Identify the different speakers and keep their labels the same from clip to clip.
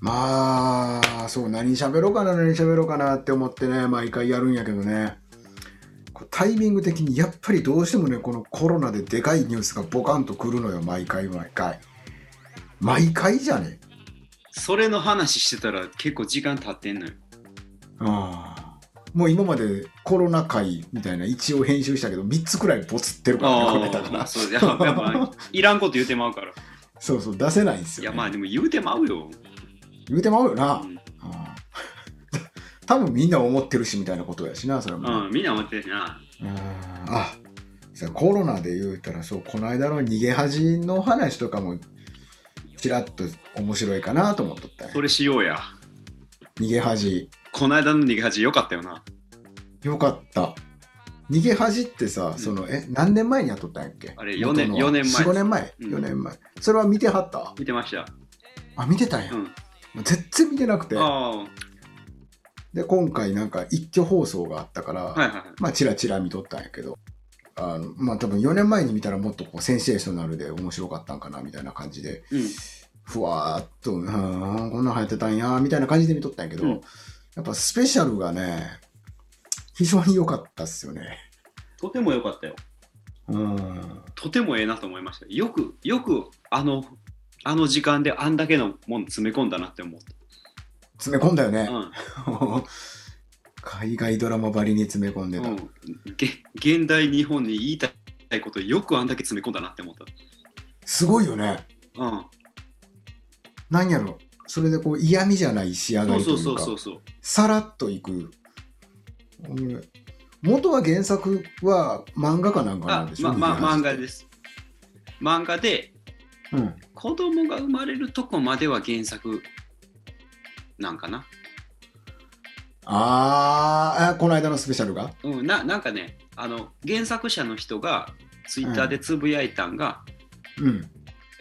Speaker 1: まあそう何喋ろうかな何喋ろうかなって思ってね毎回やるんやけどねこうタイミング的にやっぱりどうしてもねこのコロナででかいニュースがボカンとくるのよ毎回毎回毎回じゃね
Speaker 2: それの話してたら結構時間経ってんのよ。
Speaker 1: あーもう今までコロナ回みたいな一応編集したけど3つくらいボツってるからねこれだから
Speaker 2: あ、そうややっぱいらんこと言うてまうから。
Speaker 1: そうそう出せないんです
Speaker 2: い
Speaker 1: よ、
Speaker 2: や
Speaker 1: ね、
Speaker 2: まあでも言うてまうよ。
Speaker 1: 言うてまうよな、
Speaker 2: うん
Speaker 1: うん 多分みんな思ってるしみたいなことやしなそれも、
Speaker 2: うん、みんな思ってるしな。
Speaker 1: うんあそうコロナで言うたらそうこの間の逃げ恥の話とかもちらっと面白いかなと思っとったんや
Speaker 2: それしようや。
Speaker 1: 逃げ恥
Speaker 2: この間の逃げ恥よかったよな。
Speaker 1: よかった逃げ恥ってさ、そのえ何年前にやっとったんやっけ
Speaker 2: あれ4年
Speaker 1: 元の
Speaker 2: 4年前
Speaker 1: 45年前、
Speaker 2: うん
Speaker 1: 4年前それは見てはった
Speaker 2: 見てました。
Speaker 1: あ見てたんや、
Speaker 2: うん
Speaker 1: もう全然見てなくて
Speaker 2: あ
Speaker 1: で今回なんか一挙放送があったから、
Speaker 2: あ、はいはいはい。
Speaker 1: まあチラチラ見とったんやけどあのまあ多分4年前に見たらもっとこうセンセーショナルで面白かったんかなみたいな感じで
Speaker 2: うん、
Speaker 1: ふわーっと、うーん、こんなん流行ってたんや、みたいな感じで見とったんやけど、
Speaker 2: うん
Speaker 1: やっぱスペシャルがね、非常に良かったっすよね。
Speaker 2: とてもよかったよ。
Speaker 1: うん。
Speaker 2: とてもええなと思いました。よく、よくあの、あの時間であんだけのもん詰め込んだなって思っ
Speaker 1: 詰め込んだよ
Speaker 2: た。う
Speaker 1: ね。
Speaker 2: ん。
Speaker 1: 海外ドラマばりに詰め込んでた。
Speaker 2: うんげ現代日本に言いたいことよくあんだけ詰め込んだなって思った。
Speaker 1: すごいよね。
Speaker 2: うん。
Speaker 1: なんやろ。それでこう嫌味じゃない仕上がりと
Speaker 2: そ
Speaker 1: いううか、
Speaker 2: そうそうそう。
Speaker 1: さらっといく。うん元は原作は漫画かなんかな
Speaker 2: あ
Speaker 1: んで、しょ
Speaker 2: ま、ま、漫画
Speaker 1: す。
Speaker 2: です。漫画で
Speaker 1: うん。
Speaker 2: 子供が生まれるとこまでは原作なんかな。
Speaker 1: あーあ、この間のスペシャルが
Speaker 2: うん、ななんかねあの、原作者の人がツイッターでつぶやいたんが、
Speaker 1: うん。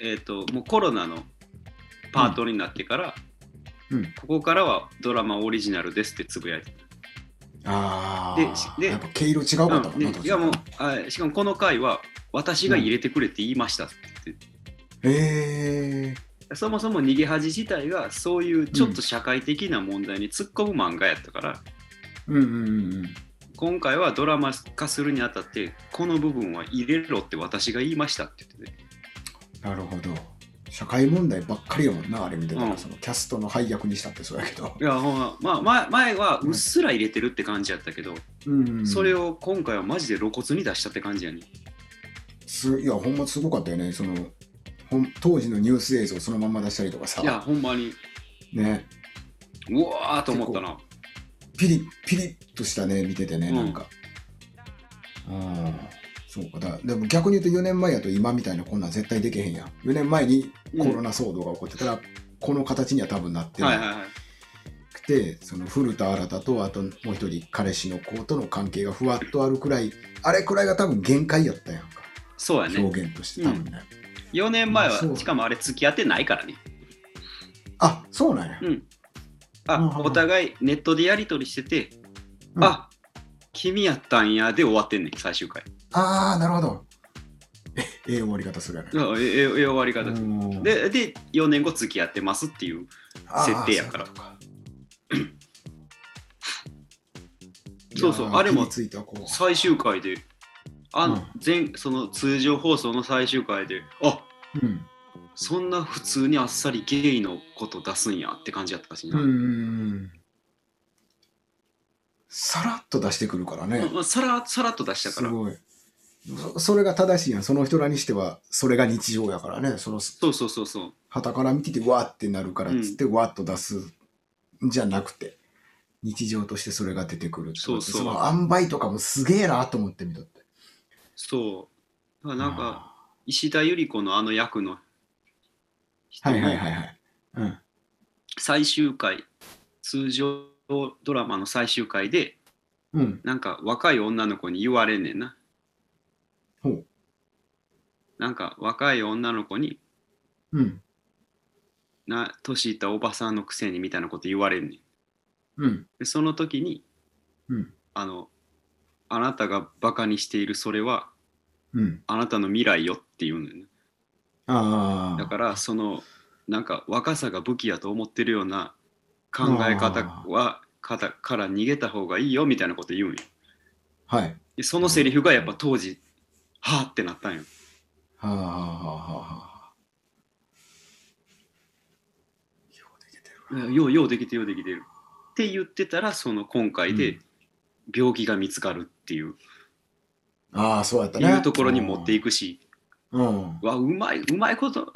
Speaker 2: えっともうコロナのパートになってから、
Speaker 1: うん。
Speaker 2: ここからはドラマオリジナルですってつぶやいて
Speaker 1: あ
Speaker 2: でし
Speaker 1: あ、
Speaker 2: で
Speaker 1: やっぱ毛色違うかった
Speaker 2: た。
Speaker 1: も
Speaker 2: うんん
Speaker 1: な、
Speaker 2: で
Speaker 1: 途中
Speaker 2: いやもうあしかもこの回は私が入れてくれって言いましたって言って、
Speaker 1: え
Speaker 2: そもそも逃げ恥自体がそういうちょっと社会的な問題に突っ込む漫画やったから、
Speaker 1: ー、うんうんうんうん。
Speaker 2: 今回はドラマ化するにあたってこの部分は入れろって私が言いましたって言ってて
Speaker 1: なるほど。社会問題ばっかりやもんな、あれ見てたら、
Speaker 2: うん
Speaker 1: そのキャストの配役にしたってそうやけど。
Speaker 2: いやほんままあ前前はうっすら入れてるって感じやったけど、
Speaker 1: うん、
Speaker 2: それ
Speaker 1: を。
Speaker 2: を今回はマジで露骨に出したって感じやね
Speaker 1: すいや、ほんますごかったよね。そのほん当時のニュース映像そのまんま出したりとかさ
Speaker 2: い、やほんまに
Speaker 1: ね、
Speaker 2: うわーと思ったな
Speaker 1: ピリピリッとしたね、見ててね、
Speaker 2: うん
Speaker 1: なんか。うん、そうかだ。でも逆に言うと4年前やと今みたいなこんなん絶対できへんやん。4年前にコロナ騒動が起こってたら、この形には多分なってない
Speaker 2: はいはいはい
Speaker 1: くてその古田新太とあともう一人彼氏の子との関係がふわっとあるくらいあれくらいが多分限界やったやんか
Speaker 2: そうやね
Speaker 1: 表現として多分ね、
Speaker 2: 4年前
Speaker 1: まあそう
Speaker 2: はしかもあれ付き合ってないからね
Speaker 1: あそうなんや、
Speaker 2: うん
Speaker 1: うんうん
Speaker 2: あ
Speaker 1: うん
Speaker 2: お互いネットでやり取りしてて、
Speaker 1: うん
Speaker 2: あ君やったんやで終わってんねん最終回
Speaker 1: ああなるほどえええ終わり方するやな
Speaker 2: うんええええ終わり方です
Speaker 1: うん
Speaker 2: でで4年後付き合ってますっていう
Speaker 1: あー
Speaker 2: 設定やから
Speaker 1: そういうことか
Speaker 2: そうそう
Speaker 1: いやー
Speaker 2: あれも
Speaker 1: 火についたこう
Speaker 2: 最終回であ、
Speaker 1: うん
Speaker 2: 全その通常放送の最終回であ
Speaker 1: うん
Speaker 2: そんな普通にあっさりゲイのこと出すんやって感じやったし
Speaker 1: う
Speaker 2: な、
Speaker 1: んうんうんさらっと出してくるからね、
Speaker 2: うんさらさらっと出したから
Speaker 1: すごいそそれが正しいやんその人らにしてはそれが日常やからねその
Speaker 2: そうそうそうそう
Speaker 1: 傍から見ててわーってなるからっつってわーっと出すんじゃなくて、日常としてそれが出てくるってこと
Speaker 2: そうそう
Speaker 1: その塩梅とかもすげえなと思って見とって
Speaker 2: そうだからなんか石田ゆり子のあの役の人
Speaker 1: は
Speaker 2: も
Speaker 1: いはいはいはいうん
Speaker 2: 最終回通常ドラマの最終回で
Speaker 1: うん
Speaker 2: なんか若い女の子に言われんねんな
Speaker 1: ほう
Speaker 2: なんか若い女の子に
Speaker 1: ううん
Speaker 2: な年いったおばさんのくせにみたいなこと言われんねん
Speaker 1: うん
Speaker 2: でその時に
Speaker 1: うん
Speaker 2: あのあなたがバカにしているそれは
Speaker 1: うん
Speaker 2: あなたの未来よって言うのよね
Speaker 1: ああ
Speaker 2: だからそのなんか若さが武器やと思ってるような考え方は方から逃げた方がいいよみたいなこと言うんよ
Speaker 1: はい
Speaker 2: でそのセリフがやっぱ当時はあってなったんよ
Speaker 1: はあはあはあはあようできてるわ
Speaker 2: ようようできてるようできてるって言ってたらその今回
Speaker 1: う
Speaker 2: で
Speaker 1: ん
Speaker 2: 病気が見つかるっていう,、
Speaker 1: ああそうやったね
Speaker 2: いうところに持っていくし、
Speaker 1: うん
Speaker 2: わうまいうまいこと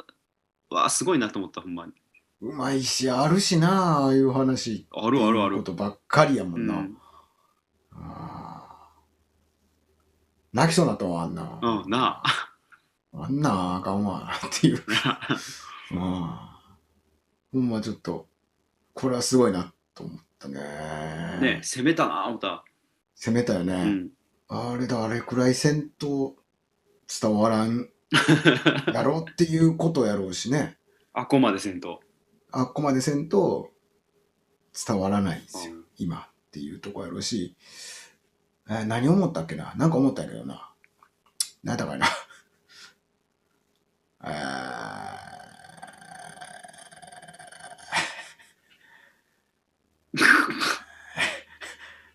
Speaker 2: わすごいなと思ったほんまに
Speaker 1: うまいしあるしなああいう話
Speaker 2: あるあるある
Speaker 1: こ、とばっかりやも
Speaker 2: うん
Speaker 1: な、
Speaker 2: ん
Speaker 1: ああ泣きそうになったわあんな、
Speaker 2: うん、なあ
Speaker 1: あんなあかんわっていううんほんまちょっとこれはすごいなと思ったね
Speaker 2: ね攻めたな思った、
Speaker 1: 攻めたよね、
Speaker 2: うん、
Speaker 1: あれだあれくらいせんと伝わらんやろうっていうことやろうしね
Speaker 2: あこまでせんと、
Speaker 1: あっこまでせんと伝わらないんですよ、
Speaker 2: うん
Speaker 1: 今っていうとこやろうし、えー何思ったっけななんか思ったんやけどな何だかいな あー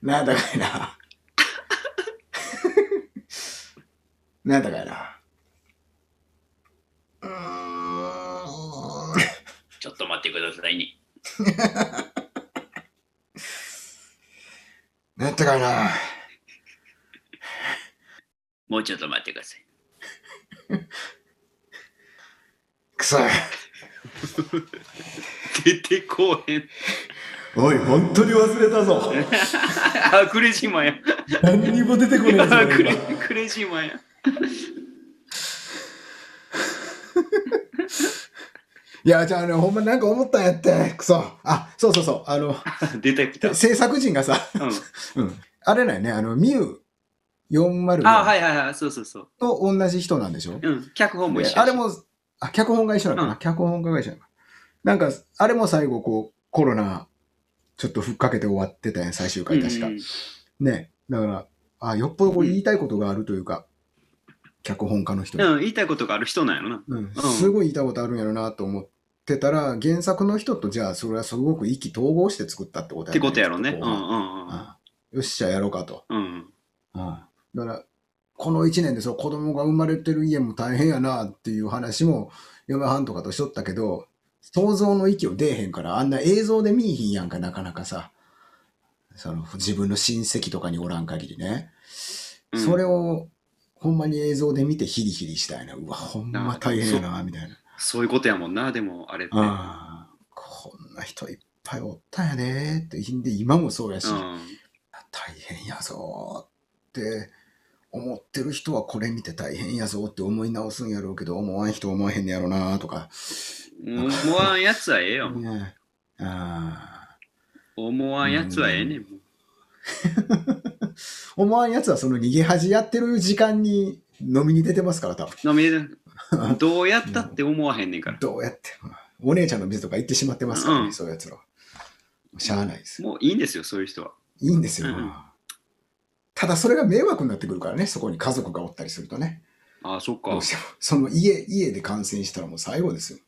Speaker 1: 何だかい な 何だかいな うーん
Speaker 2: ちょっと待ってくださいね
Speaker 1: なんてかいな。
Speaker 2: もうちょっと待ってください
Speaker 1: くそ。
Speaker 2: 出てこう へん
Speaker 1: おい、本当に忘れたぞ。
Speaker 2: あクレイジーマンや
Speaker 1: 何にも出てこないぞ
Speaker 2: あク
Speaker 1: 俺
Speaker 2: レ
Speaker 1: 今。
Speaker 2: クレイジーマンや
Speaker 1: いや、じゃあね、ほんまなんか思ったんやって。くそ。あ、そうそうそう。あの、
Speaker 2: 出てきた、うん、
Speaker 1: 制作陣がさ、うん。あれだよね、あの、ミュー
Speaker 2: あは
Speaker 1: 404
Speaker 2: いはいはいそうそうそう
Speaker 1: と同じ人なんでしょ
Speaker 2: うん脚本も一緒
Speaker 1: であれも、あ、脚本が一緒なのかな、
Speaker 2: うん
Speaker 1: 脚本家が一緒なのかな。なんか、あれも最後、こう、コロナ、ちょっとふっかけて終わってたやん、最終回確か。
Speaker 2: うんうん
Speaker 1: ね。だから、あ、よっぽどこう言いたいことがあるというか、脚本家の人に
Speaker 2: うん、言いたいことがある人なんやろな。
Speaker 1: うん、すごい言いたいことあるんやろなと思ってたら、原作の人とじゃあそれはすごく意気投合して作ったってことや
Speaker 2: ってことやろね。うん
Speaker 1: きっ
Speaker 2: う
Speaker 1: と
Speaker 2: ん
Speaker 1: こうはうんよっしゃやろうかと、
Speaker 2: うんうん。
Speaker 1: うんだからこの1年でそう子供が生まれてる家も大変やなっていう話も嫁はんとかとしとったけど想像の域を出えへんからあんな映像で見いひんやんかなかなかさその自分の親戚とかにおらん限りね、
Speaker 2: うん
Speaker 1: それをほんまに映像で見てヒリヒリしたいなうわほんま大変やなみたいな。
Speaker 2: そういうことやもんな、でもあれって。
Speaker 1: ああ、こんな人いっぱいおったんやねって、で今もそうやし、
Speaker 2: うん
Speaker 1: 大変やぞーって思ってる人はこれ見て大変やぞって思い直すんやろうけど、思わん人思わへんねやろなーとか。
Speaker 2: 思わんやつはええよ。
Speaker 1: ねえああ
Speaker 2: 思わんやつはええねん。
Speaker 1: 思わんやつはその逃げ恥やってる時間に飲みに出てますから、多分。
Speaker 2: 飲み出 たどうやったって思わへんねんから。
Speaker 1: どうやっても。お姉ちゃんの店とか行ってしまってますからね、
Speaker 2: うん
Speaker 1: そういうやつらは。しゃあないです。
Speaker 2: もういいんですよ、そういう人は。
Speaker 1: いいんですよ、
Speaker 2: うん
Speaker 1: ただそれが迷惑になってくるからね、そこに家族がおったりするとね。
Speaker 2: ああ、そっ
Speaker 1: ど
Speaker 2: か
Speaker 1: う。しても その家家で感染したらもう最後ですよ。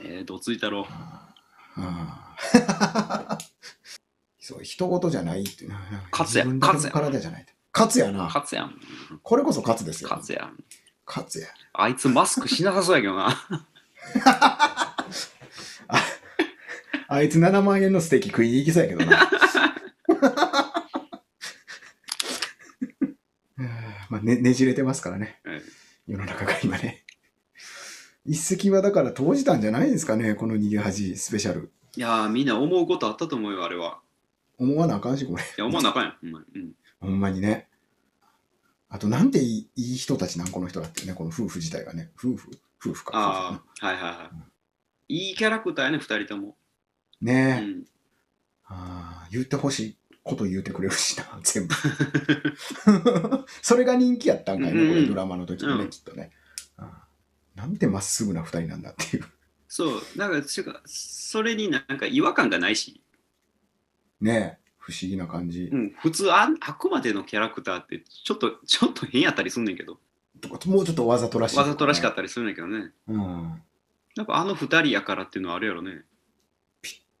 Speaker 2: えー、どついたろう。
Speaker 1: ああ そう人事じゃないっていうななん
Speaker 2: 勝つや
Speaker 1: 自分だけの
Speaker 2: 勝つや
Speaker 1: 体じゃないと勝つやな
Speaker 2: 勝つやん。
Speaker 1: これこそ勝つですよ
Speaker 2: 勝つやん。
Speaker 1: 勝つや
Speaker 2: あいつマスクしなさそうやけどな。
Speaker 1: あいつ7万円のステーキ食いに行きそうやけどな うんまあねねじれてますからね
Speaker 2: うん
Speaker 1: 世の中が今ね一石はだから投じたんじゃないですかねこの逃げ恥スペシャル
Speaker 2: いやー、みんな思うことあったと思うよ、あれは。
Speaker 1: 思わなあかんしこれ
Speaker 2: いや、思わなあかんやんほんまに。うん
Speaker 1: ほんまにね。あと、なんていいいい人たちなん、この人だってね、この夫婦自体がね、夫婦、夫婦か。
Speaker 2: ああ、はいはいはい。いいキャラクターやね、二人とも。
Speaker 1: 夫婦ね
Speaker 2: う
Speaker 1: ねえ、
Speaker 2: ん。
Speaker 1: ああ言ってほしいこと言うてくれるしな、 全部。それが人気やったんかいね、
Speaker 2: うんうん
Speaker 1: これ、ドラマの時にね、
Speaker 2: うん
Speaker 1: きっとね。ああなんてまっすぐな二人なんだっていう。
Speaker 2: そうなんか違うそれになんか違和感がないし、
Speaker 1: ねえ不思議な感じ
Speaker 2: う、ん、普通ああくまでのキャラクターってちょっとちょっと変やったりすんねんけど
Speaker 1: もうちょっとわざとらしい、、
Speaker 2: わざとらしかったたりするんねんけどね
Speaker 1: うん、
Speaker 2: やっぱあの二人やからっていうのはあるやろね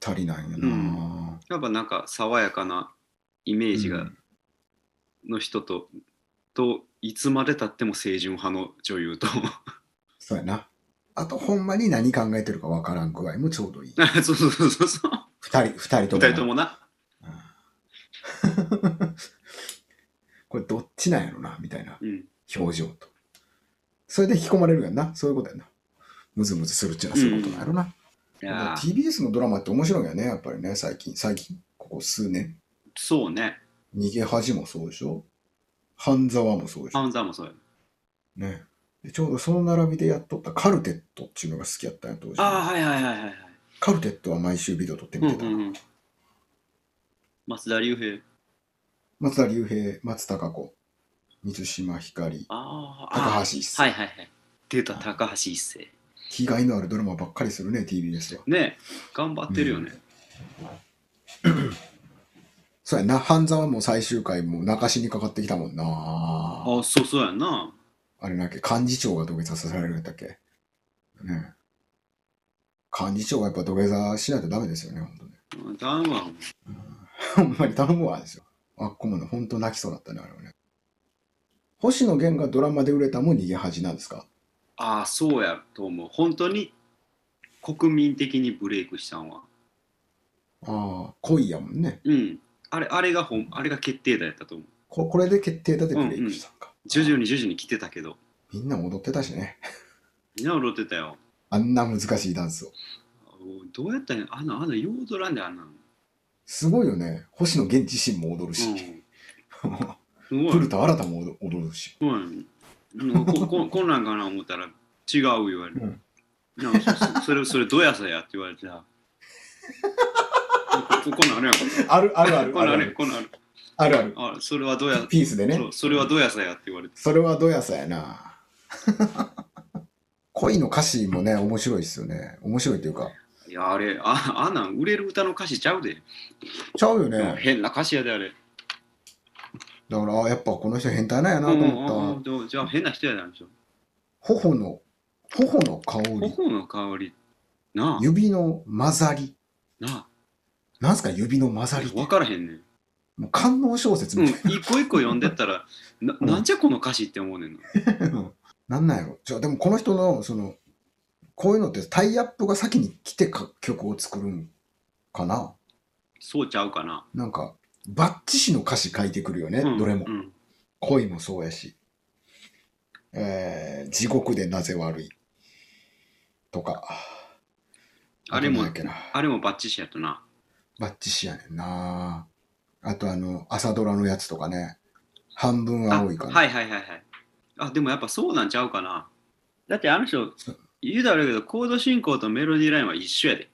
Speaker 1: 足りないよな、
Speaker 2: うんやっぱなんか爽やかなイメージが、
Speaker 1: うん
Speaker 2: の人とといつまでたっても清純派の女優と
Speaker 1: そうやなあとほんまに何考えてるかわからん具合もちょうどいい
Speaker 2: そうそうそうそうそう
Speaker 1: 二人二人と
Speaker 2: 二
Speaker 1: も
Speaker 2: 人ともな
Speaker 1: うん これどっちなんやろなみたいな
Speaker 2: うん
Speaker 1: 表情とそれで引き込まれるやんなそういうことやなムズムズするっちゅうのはそういうことなんやろな、
Speaker 2: い
Speaker 1: だから
Speaker 2: やー
Speaker 1: TBS のドラマって面白いよねやっぱりね最近最近ここ数年
Speaker 2: そうね
Speaker 1: 逃げ恥もそうでしょ半沢もそうでし
Speaker 2: ハ
Speaker 1: ょ
Speaker 2: ンザーもそうや
Speaker 1: ねでちょうどその並びでやっとったカルテットっていうのが好きやったんや当時
Speaker 2: ああはいはいはいはいはい
Speaker 1: カルテットは毎週ビデオ撮って
Speaker 2: う
Speaker 1: み
Speaker 2: ん
Speaker 1: てた、
Speaker 2: うんうん松田龍平
Speaker 1: 松田龍平松たか子水島ひかり
Speaker 2: あー
Speaker 1: 高
Speaker 2: あ
Speaker 1: 橋一
Speaker 2: ー
Speaker 1: 生、
Speaker 2: はいはいはい出た高橋一生
Speaker 1: 気概のあるドラマばっかりするね TBS は
Speaker 2: ね頑張ってるよね、
Speaker 1: そうやな半沢も最終回も泣かしにかかってきたもんなあ
Speaker 2: あそうそうやんな
Speaker 1: れなんやっけ幹事長が土下座させられるんやったっけね幹事長がやっぱ土下座しないとダメですよね本当ね
Speaker 2: うん頼むわ
Speaker 1: ほんまに 頼むわですよ。あっこもね、ほんと泣きそうだったね、あれはね。星野源がドラマで売れたも逃げ恥なんですか
Speaker 2: ああそうやと思う本当に国民的にブレイクしたんは
Speaker 1: ああ、恋やもんね。
Speaker 2: うんあれあれがほんあれが決定打やったと思う
Speaker 1: ここれで決定だってブレイクしたのか。
Speaker 2: 徐々に徐々に来てたけど
Speaker 1: みんな踊ってたしね。
Speaker 2: みんな踊ってたよ
Speaker 1: あんな難しいダンスを。
Speaker 2: おどうやったんやあんなあんなよう踊らんであんなの
Speaker 1: すごいよね。星野源自身も踊る
Speaker 2: うん
Speaker 1: し、
Speaker 2: すごい
Speaker 1: 古田新太も踊踊るし。
Speaker 2: うん、うんこ ここんなんかな思ったら違う言われる、
Speaker 1: うん
Speaker 2: なんかそ それそれどやさやって言われてさこここんなんあるやんこれ
Speaker 1: あるあるある
Speaker 2: こん
Speaker 1: あ
Speaker 2: なんあるやん
Speaker 1: る
Speaker 2: こん
Speaker 1: あるあ
Speaker 2: なんある
Speaker 1: る。
Speaker 2: あそれはどや、
Speaker 1: ピースでね
Speaker 2: そ。うそれはどやさやって言われて
Speaker 1: それはどやさやな。 恋の歌詞もね、面白いですよね。面白いというか。
Speaker 2: いやあれああんなん売れる歌の歌詞ちゃうで、
Speaker 1: ちゃうよね。
Speaker 2: 変な歌詞やであれ
Speaker 1: だからあやっぱこの人変態なんやなと思った、
Speaker 2: うんうんうんでもじゃあ変な人やであんでしょ
Speaker 1: 頬の頬の香り
Speaker 2: 頬の香りなあ
Speaker 1: 指の混ざり
Speaker 2: な
Speaker 1: なんすか指の混ざ
Speaker 2: あ
Speaker 1: りって
Speaker 2: 分からへんねん、
Speaker 1: もう官能小説
Speaker 2: うん、
Speaker 1: みたい
Speaker 2: 一個一個読んでったらな
Speaker 1: うん
Speaker 2: なんじゃこの歌詞って思うねんな
Speaker 1: な、 なんなんやろじゃあでもこの人のそのこういうのってタイアップが先に来てか曲を作るんかな
Speaker 2: そうちゃうかな
Speaker 1: なんかバッチシの歌詞書いてくるよね、
Speaker 2: うん
Speaker 1: どれも
Speaker 2: うん
Speaker 1: 恋もそうやし、えー地獄でなぜ悪いとか
Speaker 2: あれも
Speaker 1: どんなんやっけな
Speaker 2: あれもバッチシやったな。
Speaker 1: バッチシやねんなあとあの朝ドラのやつとかね半分青いから、
Speaker 2: はいはいはいはい。あ、でもやっぱそうなんちゃうかな。だってあの人
Speaker 1: そう、
Speaker 2: 言うだろうけど、コード進行とメロディーラインは一緒やで。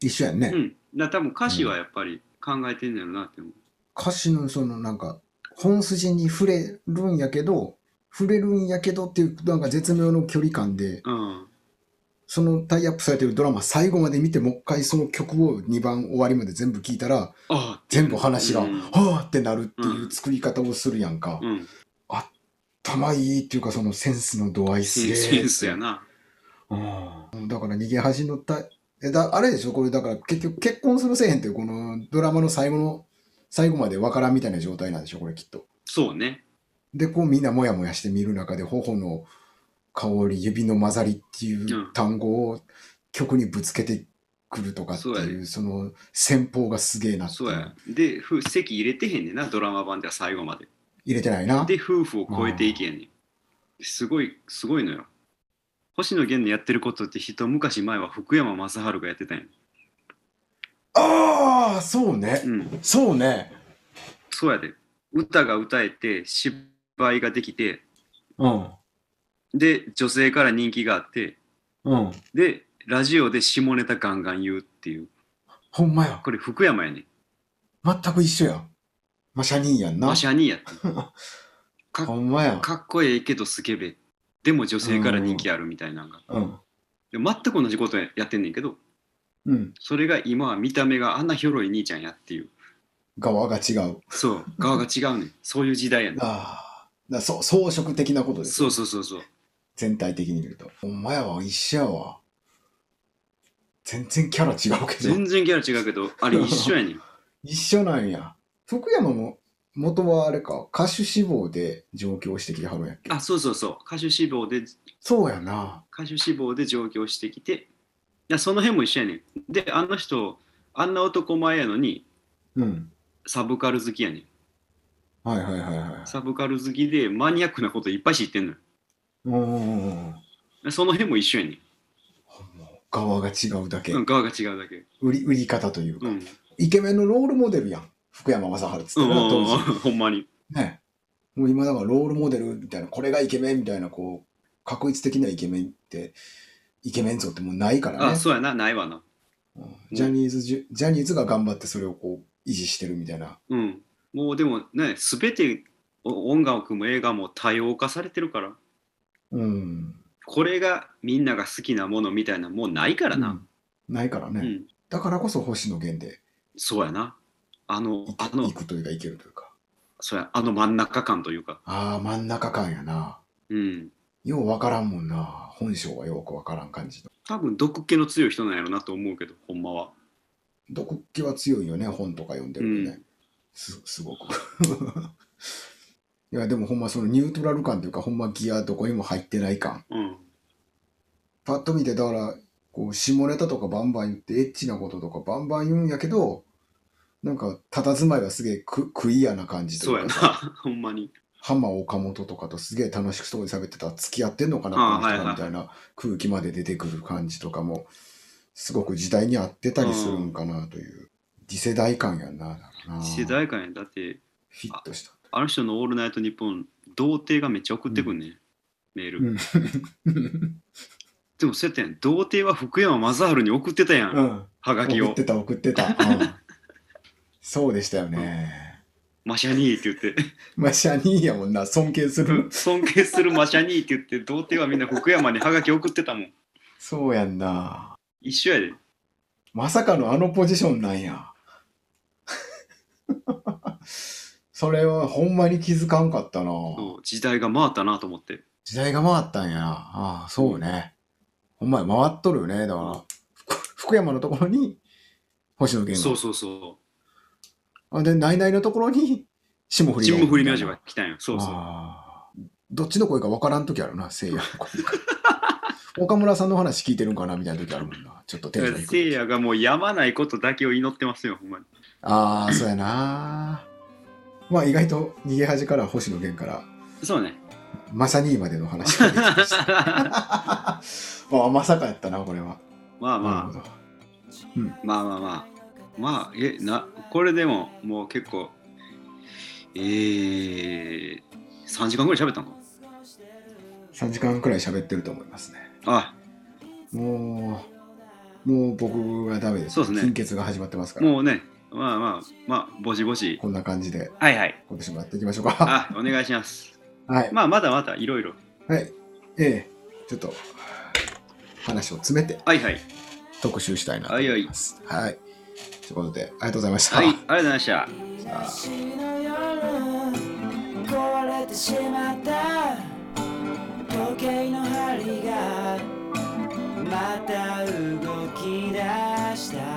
Speaker 1: 一緒やんね、
Speaker 2: うん。だから多分歌詞はやっぱり考えてんだろうなって思う。
Speaker 1: 歌詞のそのなんか本筋に触れるんやけど触れるんやけどっていうなんか絶妙の距離感で
Speaker 2: うん。
Speaker 1: そのタイアップされてるドラマ最後まで見てもう一回その曲を2番終わりまで全部聞いたら
Speaker 2: あ
Speaker 1: 全部話が「
Speaker 2: うん
Speaker 1: はあ!」ってなるっていう作り方をするやんか、
Speaker 2: うん。
Speaker 1: 頭いいっていうかそのセンスの度合いすげえって
Speaker 2: セ
Speaker 1: いう
Speaker 2: ンスやな。
Speaker 1: うんだから逃げ恥のたえだあれでしょこれだから結局結婚するせえへんっていうこのドラマの最後の最後までわからんみたいな状態なんでしょこれきっと
Speaker 2: そうね。
Speaker 1: でこうみんなモヤモヤして見る中で頬の香り指の混ざりっていう単語を曲にぶつけてくるとかって
Speaker 2: そう
Speaker 1: い
Speaker 2: や
Speaker 1: う、その戦法がすげえなってい
Speaker 2: そうや。で、ふ席入れてへんねんな、ドラマ版では最後まで。
Speaker 1: 入れてないな
Speaker 2: で、夫婦を超えていけへんねん。すごい、すごいのよ。星野源のやってることって一昔前は福山雅治がやってたんや。
Speaker 1: ああそうね、
Speaker 2: うん。
Speaker 1: そうね
Speaker 2: そうやで歌が歌えて芝居ができて
Speaker 1: うん
Speaker 2: で女性から人気があって
Speaker 1: うん
Speaker 2: でラジオで下ネタガンガン言うっていう
Speaker 1: ほんまや
Speaker 2: これ福山やねん
Speaker 1: 全く一緒やマシャニーやんな
Speaker 2: マシャニーやって
Speaker 1: ほんまや
Speaker 2: かっこええけどスケベでも女性から人気あるみたいなのが
Speaker 1: うん
Speaker 2: で全く同じことやってんねんけど
Speaker 1: うん。
Speaker 2: それが今は見た目があんな広い兄ちゃんやっていう
Speaker 1: 側が違う。
Speaker 2: そう側が違うねんそういう時代やねん
Speaker 1: ああ。だそう装飾的なことです
Speaker 2: そうそうそうそう
Speaker 1: 全体的に見ると。ほんまやわ、一緒やわ。全然キャラ違うけど。
Speaker 2: 全然ギャラ違うけどあれ一緒やねん
Speaker 1: 一緒なんや。福山も、元はあれか、歌手志望で上京してきてはるんやっけ。
Speaker 2: あそうそうそう歌手志望で
Speaker 1: そうやな。
Speaker 2: 歌手志望で上京してきていやその辺も一緒やねんであの人あんな男前やのに
Speaker 1: うん。
Speaker 2: サブカル好きやねん
Speaker 1: はいはいはいはい。
Speaker 2: サブカル好きでマニアックなこといっぱい知ってんのよ
Speaker 1: うんうんうんうん。
Speaker 2: でその辺も一緒やね
Speaker 1: 側が違うだけ。
Speaker 2: んうん側が違うだけ
Speaker 1: 売り売り方というか、
Speaker 2: うん
Speaker 1: イケメンのロールモデルやん。福山雅治っつ
Speaker 2: う
Speaker 1: っ
Speaker 2: ん
Speaker 1: たら、
Speaker 2: うんうん
Speaker 1: 当時。
Speaker 2: ほんまに
Speaker 1: ね。もう今だからロールモデルみたいな、これがイケメンみたいな、こう、確一的なイケメンって、イケメン像ってもうないから
Speaker 2: あ
Speaker 1: ね。
Speaker 2: そうやなないわな
Speaker 1: うんジャニーズじゅ、ジャニーズが頑張ってそれをこう、維持してるみたいな。
Speaker 2: うんもうでもね全てお音楽も映画も多様化されてるから
Speaker 1: うん。
Speaker 2: これがみんなが好きなものみたいなもうないからな
Speaker 1: うんないからね、
Speaker 2: うん、
Speaker 1: だからこそ星野源で
Speaker 2: そうやなあの
Speaker 1: いけ
Speaker 2: あの
Speaker 1: いくというか、いけるというか。
Speaker 2: そうやあの真ん中感というか
Speaker 1: ああ、真ん中感やな。
Speaker 2: うん
Speaker 1: ようわからんもんな。本性はよくわからん感じの。
Speaker 2: 多分毒気の強い人なんやろなと思うけどほんまは
Speaker 1: 毒気は強いよね本とか読んでるとね、
Speaker 2: う
Speaker 1: すすごく いやでもほんまそのニュートラル感というかほんまギアどこにも入ってない感
Speaker 2: うん
Speaker 1: パッと見てだからこう下ネタとかバンバン言ってエッチなこととかバンバン言うんやけどなんか佇まいがすげえククイアな感じと
Speaker 2: そう
Speaker 1: い
Speaker 2: や
Speaker 1: う
Speaker 2: な
Speaker 1: か
Speaker 2: ほんまに
Speaker 1: 浜岡本とかとすげえ楽しくそうに喋ってたら付き合ってんのかな
Speaker 2: あ
Speaker 1: この
Speaker 2: ー
Speaker 1: 人
Speaker 2: はいはい
Speaker 1: みたいな空気まで出てくる感じとかもすごく時代に合ってたりするんかなという次世代感やんなだからな
Speaker 2: 世代間やだって
Speaker 1: フィットした。
Speaker 2: あの人の「オールナイトニッポン」童貞がめっちゃ送ってくんね、メール、
Speaker 1: うん。
Speaker 2: でもそうやってん童貞は福山雅治に送ってたやん、
Speaker 1: うん
Speaker 2: はがき
Speaker 1: 送っ
Speaker 2: を
Speaker 1: てた、送って た。うんそうでしたよね。
Speaker 2: 「マシャニー」って言って
Speaker 1: まあ、シャニーやもんな、尊敬する。
Speaker 2: 尊敬するマシャニーって言って童貞はみんな福山にハガキ送ってたもん
Speaker 1: そうやんな。
Speaker 2: 一緒やで
Speaker 1: まさかのあのポジションなんや。 それはほんまに気づかんかったな。
Speaker 2: そう時代が回ったなと思って
Speaker 1: 時代が回ったんやな。ああ、そうね。ほんまや、回っとるよね。だから、福福山のところに、星野源
Speaker 2: そう
Speaker 1: そ
Speaker 2: そうそ
Speaker 1: で、ナイナイのところに、霜降
Speaker 2: う
Speaker 1: り
Speaker 2: チ
Speaker 1: が
Speaker 2: ン
Speaker 1: い
Speaker 2: ム
Speaker 1: る
Speaker 2: フリ
Speaker 1: みた
Speaker 2: 明
Speaker 1: いな
Speaker 2: 治が来たんよそうそう
Speaker 1: あーどっちの声か分からん時あるな、せいやの 声か。岡村さんの話聞いてるんかなみたいな時あるもんな。ちょっとテンション低
Speaker 2: せい
Speaker 1: い。
Speaker 2: やがもうやまないことだけを祈ってますよほんまに
Speaker 1: ああ、そうやな。まあ意外と逃げ恥から星野源から、
Speaker 2: そうね
Speaker 1: まさにまでの話が出てきました。ああ、まさかやったな、これは。
Speaker 2: まあまあ、
Speaker 1: なるほど
Speaker 2: まあまあまあまあえなこれでももう結構えー、3時間ぐらい喋ったのか
Speaker 1: 3時間くらい喋ってると思いますね。
Speaker 2: あ
Speaker 1: もう、もう僕がダメです。
Speaker 2: そうですね
Speaker 1: 貧血が始まってますから。
Speaker 2: もうねまあまあまあぼちぼち
Speaker 1: こんな感じで
Speaker 2: はいはい
Speaker 1: 今年もやっていきましょうか。
Speaker 2: あお願いします
Speaker 1: はい。
Speaker 2: まあまだまだいろいろ
Speaker 1: はい。ええ、ちょっと話を詰めて
Speaker 2: はいはい
Speaker 1: 特集したいなと思います。はい、ということで、ありがとうございました。
Speaker 2: はいありがとうございました
Speaker 3: 私の夜壊れてしまった時計の針がまた動き出した